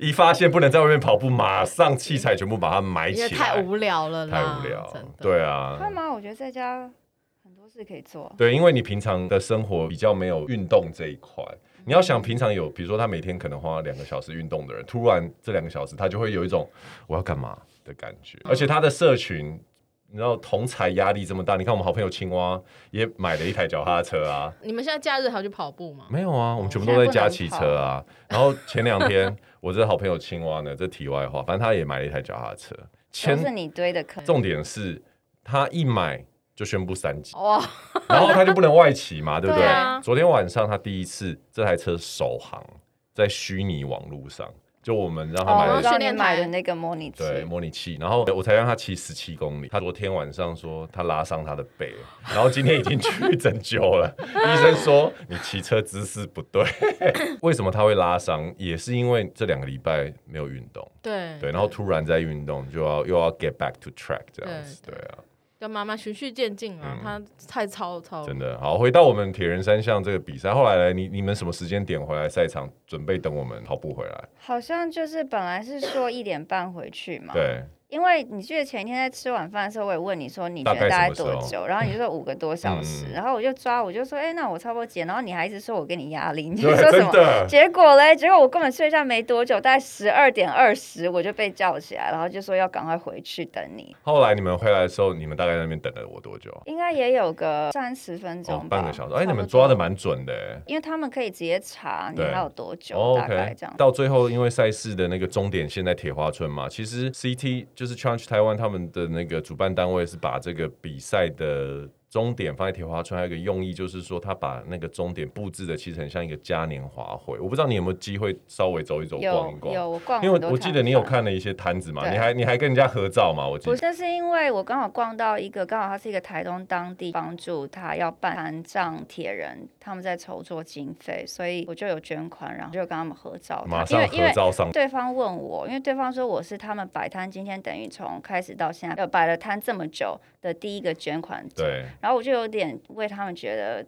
一发现不能在外面跑步，马上器材全部把它埋
因
起
为
来，
太无聊了
太
啦，
无聊
真的，。
对啊，
会吗？我觉得在家很多事可以做。
对，因为你平常的生活比较没有运动这一块。你要想，平常有，比如说他每天可能花两个小时运动的人，突然这两个小时他就会有一种我要干嘛的感觉，而且他的社群，你知道同才压力这么大，你看我们好朋友青蛙也买了一台脚踏车啊，
你们现在假日还要去跑步吗？
没有啊，我们全部
现
都在
在不
家
能
骑
跑
车啊。然后前两天我这好朋友青蛙呢，这题外话，反正他也买了一台脚踏车，
都是
前
你堆的坑，
重点是他一买就宣布三级。
哇，
然后他就不能外骑嘛，对不对？
对啊
昨天晚上他第一次这台车首航在虚拟网络上，就我们让他买
哦，
了
我
一
知道
训
你
练
买
台
的那个模拟器，
对，模拟器，然后我才让他骑十七公里。他昨天晚上说他拉伤他的背，然后今天已经去针灸了。医生说你骑车姿势不对。 为什么他会拉伤？也是因为这两个礼拜没有运动，
对啊
对，然后突然在运动就要又要 get back to track 这样子，对
对
啊，
要慢慢循序渐进啊，他太操
哦
操
嗯真的好。回到我们铁人三项这个比赛，后来来你你们什么时间点回来赛场，准备等我们跑步回来？
好像就是本来是说一点半回去嘛，
对，
因为你记得前一天在吃晚饭的时候，我也问你说你觉得
大
大
概
概
什么
多
时
久，然后你就说五个多小时，
嗯
然后我就抓，我就说哎、那我差不多减，然后你还一直说我给你压力，你就
对，
说什
真
么？
的，
结果嘞，结果我根本睡下没多久，大概十二点二十我就被叫起来，然后就说要赶快回去等你，
后来你们回来的时候，你们大概在那边等了我多久啊？
应该也有个三十分
哦
钟，吧，
半个小时。哎，
差不
你们
多
抓的蛮准的欸。
因为他们可以直接查你
对
还有多久，
哦
大概这样。
到最后，因为赛事的那个终点线在铁花村嘛，其实 CT 就是 Challenge 台湾他们的那个主办单位是把这个比赛的终点放在铁花村，还有一个用意就是说，他把那个终点布置的其实很像一个嘉年华会。我不知道你有没有机会稍微走一走、逛一
有
哦逛，
有，我逛
因
很
为
多
我记得你有
摊贩
看了一些摊子嘛，
对
你还你还跟人家合照嘛，我记
不
得
是，。那是因为我刚好逛到一个，刚好他是一个台东当地帮助他要办残障铁人，他们在筹措经费，所以我就有捐款，然后就跟他们合照。
马
因
上
为因
合
为
照上，
对方问我，因为对方说我是他们摆摊，今天等于从开始到现在，呃，摆了摊这么久的第一个捐款者，
对，
然后我就有点为他们觉得。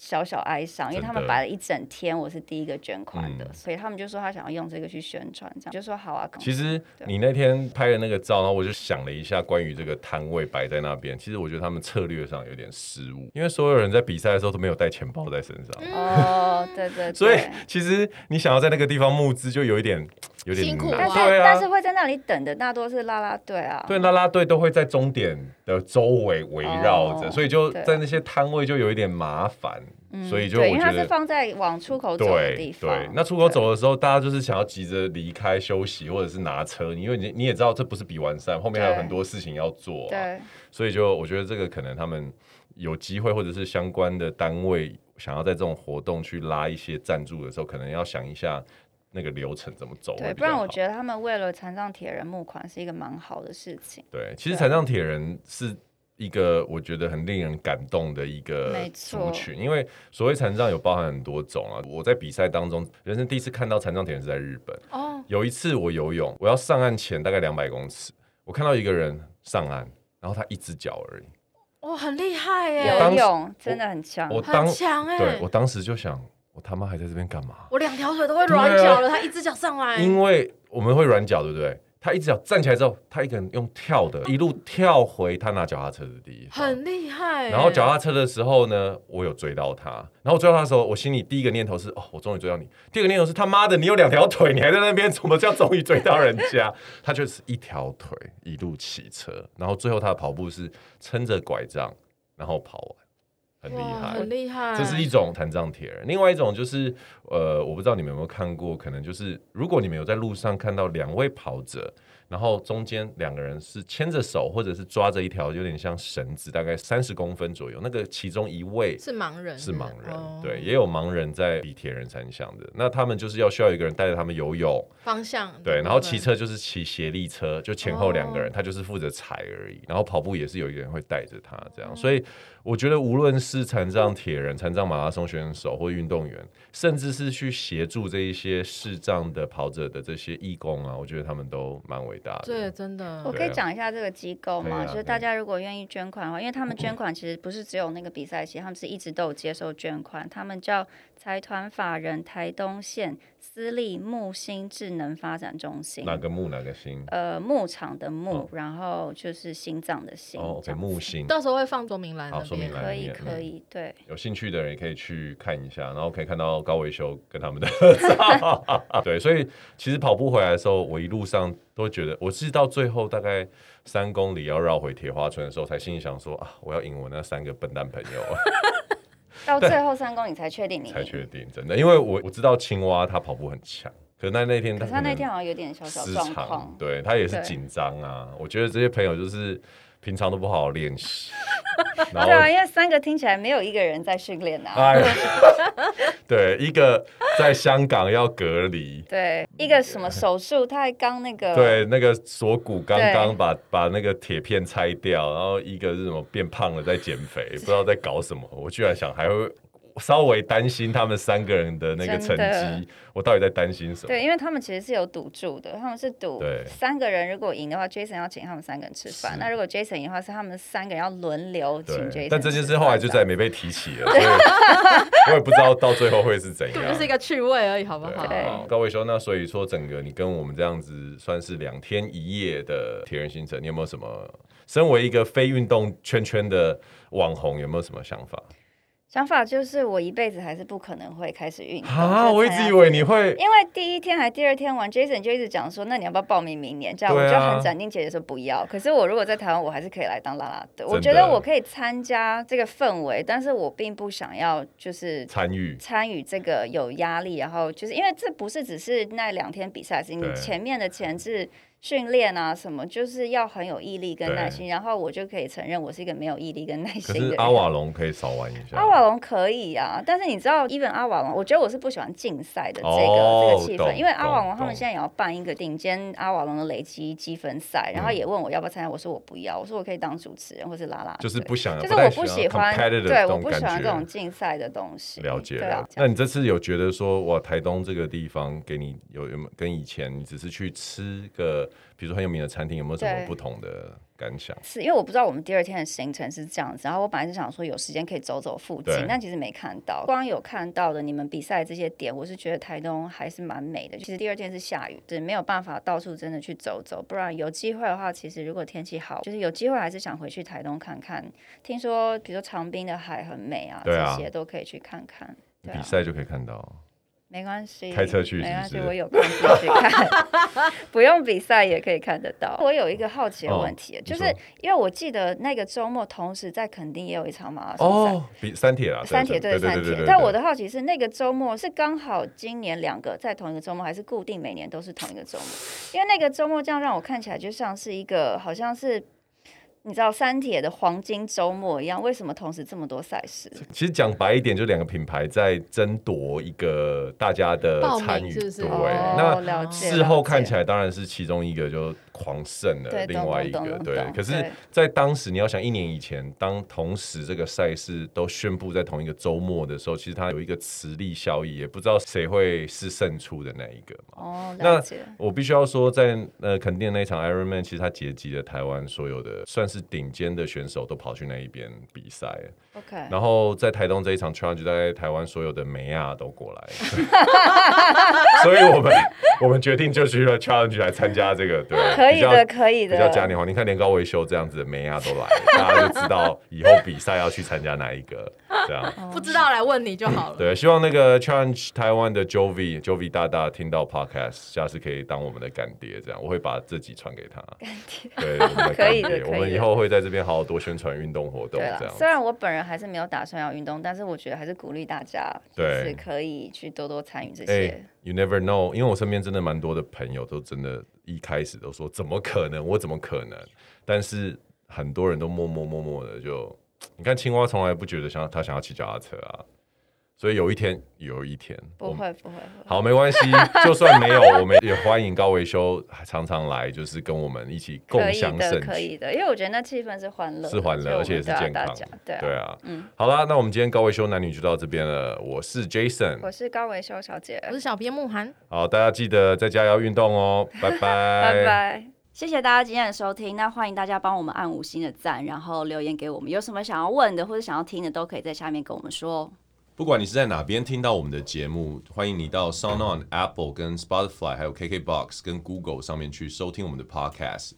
小小哀伤，因为
真
他们
的
摆了一整天，我是第一个捐款的，
嗯
所以他们就说他想要用这个去宣传，这样就说好啊。
其实
对
你那天拍的那个照，然后我就想了一下关于这个摊位摆在那边，其实我觉得他们策略上有点失误，因为所有人在比赛的时候都没有带钱包在身上，
哦，对 对对，
所以其实你想要在那个地方募资就有一点有点
辛苦
难
但
啊
是、
对
但是
啊。
会在那里等的大多是啦啦队啊，
对，啦啦队都会在终点的周围围绕着，
哦
所以就
对
在那些摊位就有一点麻烦，
嗯，
所以就我
对，因为
觉
它是
得
放在往出口走的地
对
方。
对。那出口走的时候，大家就是想要急着离开休息，或者是拿车，因为你你也知道这不是比完赛，后面还有
对
很多事情要做、啊。
对，
所以就我觉得这个可能他们有机会，或者是相关的单位想要在这种活动去拉一些赞助的时候，可能要想一下那个流程怎么走会比较
对，
好。
不然我觉得他们为了残障铁人募款是一个蛮好的事情。
对，其实残障铁人是一个我觉得很令人感动的一个
没
族
错
群，因为所谓残障有包含很多种啊。我在比赛当中，人生第一次看到残障铁人是在日本。
哦，
有一次我游泳，我要上岸前大概两百公尺，我看到一个人上岸，然后他一只脚而已。
哇，哦很厉害耶，
当
游
时
泳真的很强，
我当
很强哎，
对我当时就想，我他妈还在这边干嘛？
我两条腿都会软脚了，他一只脚上
啊
来，
因为我们会软脚，对不对？他一只脚站起来之后，他一个人用跳的，一路跳回他拿脚踏车的地方。
很厉害耶。
然后脚踏车的时候呢，我有追到他。然后我追到他的时候，我心里第一个念头是：哦，我终于追到你。第二个念头是：他妈的，你有两条腿，你还在那边，怎么叫终于追到人家？ 他就是一条腿一路骑车，然后最后他的跑步是撑着拐杖，然后跑完，很厉
哇
害，
很厉害，
这是一种残障铁人，另外一种就是，呃，我不知道你们有没有看过，可能就是如果你们有在路上看到两位跑者，然后中间两个人是牵着手，或者是抓着一条有点像绳子，大概三十公分左右，那个其中一位
是盲人，
是盲人，
哦
对，也有盲人在比铁人三项的，那他们就是要需要一个人带着他们游泳，
方向
对，然后骑车就是骑斜力车，就前后两个人，他就是负责踩而已。然后跑步也是有一个人会带着他这样，所以我觉得无论是残障铁人、残障马拉松选手或运动员，甚至是去协助这一些视障的跑者的这些义工啊，我觉得他们都蛮伟大
对，
的。
真的
我可
对
以
啊
讲一下这个机构
可以
吗？
啊嗯
就是大家如果愿意捐款的话，因为他们捐款其实不是只有那个比赛期，他们是一直都有接受捐款。他们叫财团法人台东县私立木星智能发展中心，
哪个木哪个星？
呃，牧场的牧，
哦
然后就是心脏的心。
哦，OK，
这样
木星。
到时候会放说明栏
好
那
说明
边
栏。
可以
嗯
可以， 对，
有兴趣的人也可以去看一下，然后可以看到高维修跟他们的照。 对，所以其实跑步回来的时候，我一路上都觉得，我是到最后大概三公里要绕回铁花村的时候，才心里想说啊，我要赢我那三个笨蛋朋友
到最后三公里才确定 你
才确
赢。
定，真的，因为我我知道青蛙它跑步很强，可是那那天
可
它
是他
可
那
能
天好像有点小小
失
状
常
况，，哦
对他也是
对
紧张啊。我觉得这些朋友就是平常都不好好练 习，然
对啊，
后啊
因为三个听起来没有一个人在训练啊。，
哎，对，一个在香港要隔离
对，一个什么手术，他还刚那个，
对，那个锁骨刚
对
刚把把那个铁片拆掉，然后一个是什么变胖了在减 肥，不知道在搞什么。我居然想还会稍微担心他们三个人的那个成
真的
绩，我到底在担心什么？
对，因为他们其实是有赌注的，他们是赌
对
三个人如果赢的话，Jason 要请他们三个人吃饭；那如果 Jason 赢的话，是他们三个人要轮流请 Jason 吃
对
饭。，
但这件事后来就再也没被提起了，所以 我也不知道到最后会是怎
根
样
本。就是一个趣味而已，好不好？
对
好高伟修，那所以说整个你跟我们这样子算是两天一夜的铁人行程，你有没有什么？身为一个非运动圈圈的网红，有没有什么想法？
想法就是，我一辈子还是不可能会开始运动。
啊，
就是
我一
参
直
加
以为你会
因为第一天还第二天玩，Jason 就一直讲说，那你要不要报名明年？这样、
对
我
啊
就很斩钉截铁说不要。可是我如果在台湾，我还是可以来当啦啦队。我
真
觉
的
得我可以参加这个氛围，但是我并不想要就是
参与，
参与这个有压力，然后就是因为这不是只是那两天比赛，是你
对
前面的前置训练啊什么，就是要很有毅力跟
对
耐心。然后我就可以承认我是一个没有毅力跟耐
可
心的
是
人。
阿瓦隆可以少玩一下。
阿瓦隆可以啊，但是你知道，even 阿瓦隆，我觉得我是不喜欢竞赛的这个、
哦
这个气
懂
氛，因为阿瓦隆
懂
他们
懂
现在也要办一个顶尖阿瓦隆的累积积分赛，然后
嗯
也问我要不要参加，我说我不要，我说我可以当主持人或是拉拉队，
就是不想，
就是
不太
我不喜欢，
competitive
对，我
种
不
感
喜欢
觉
这种竞赛的东西。
了解
对啊
了。那你这次有觉得说，哇，台东这个地方给你有有没有跟以前你只是去吃个，比如说很有名的餐厅，有没有什么
对
不同的感想？
是因为我不知道我们第二天的行程是这样子，然后我本来是想说有时间可以走走附近
对，
但其实没看到。光有看到的你们比赛这些点，我是觉得台东还是蛮美的。其实第二天是下雨，对，没有办法到处真的去走走。不然有机会的话，其实如果天气好，就是有机会还是想回去台东看看。听说比如说长滨的海很美啊，
对啊
这些都可以去看看。对
比
啊，
赛就可以看到，
没关系，
开车去
没关系，
是不是
我有空自己 去看，不用比赛也可以看得到。我有一个好奇的问题，
哦
就是
你说
因为我记得那个周末同时在垦丁也有一场马拉松赛。
哦，比三铁啦，
三铁
对
对
对
三
对对
铁
对，，
但我的好奇是，那个周末是刚好今年两个在同一个周末，还是固定每年都是同一个周末？因为那个周末这样让我看起来就像是一个好像是你知道三铁的黄金周末一样，为什么同时这么多赛事？
其实讲白一点，就两个品牌在争夺一个大家的
报名
参与，
是不是
对，
哦
那
了解
事后
了
看
解
起来当然是其中一个就狂胜了，
对
另外一
懂
个
懂懂
对
懂。
可是
对，
在当时你要想一年以前，当同时这个赛事都宣布在同一个周末的时候，其实它有一个磁力效应，也不知道谁会是胜出的那一个嘛。
哦，
那
了解，
我必须要说在，呃垦丁的那一场 Ironman，其实它结集了台湾所有的算是顶尖的选手都跑去那一边比赛了。
OK，
然后在台东这一场 challenge，大概台湾所有的美亚都过来， 所以我们我们决定就去了 challenge 来参加这个，对，
可以
比较
的，可以
比较
的，
嘉年华，你看连高维修这样子的美亚都来了，大家就知道以后比赛要去参加哪一个，这样。
不知道来问你就好了。
对，希望那个 Challenge 台湾的 Jovi Jovi 大大听到 Podcast，下次可以当我们的干爹，这样我会把这集传给他。干爹，对，我们的干
可以
爹
的可以的
我们以后会在这边好好多宣传运动活动，
对啦
这样
虽然我本人还是没有打算要运动，但是我觉得还是鼓励大家，就
对
是可以去多多参与这
哎、
些。
y o u never know，因为我身边真的蛮多的朋友都真的，一开始都说怎么可能，我怎么可能？但是很多人都默默默默的就，你看青蛙从来不觉得想他想要骑脚踏车啊，所以有一天有一天
不
我们
会不会，不会
好，没 关系，就算没有，我们也欢迎高维修常常来，就是跟我们一起共
可以
享
的，
盛
可
举。
以的，因为我觉得那气氛是欢乐的，
是欢乐
所以我
而且也是
们都要
健康
大家对啊
对啊，嗯，好啦，那我们今天高维修男女就到这边了。我是 Jason，
我是高维修小姐
我，是小编慕寒。
好，大家记得在家要运动 哦，拜
拜拜。谢谢大家今天的收听，那欢迎大家帮我们按五星的赞，然后留言给我们，有什么想要问的或者想要听的，都可以在下面跟我们说哦。
不管你是在哪边听到我们的节目，欢迎你到 SoundOn、Apple、跟 Spotify、还有 KKBox、跟 Google 上面去收听我们的 Podcast。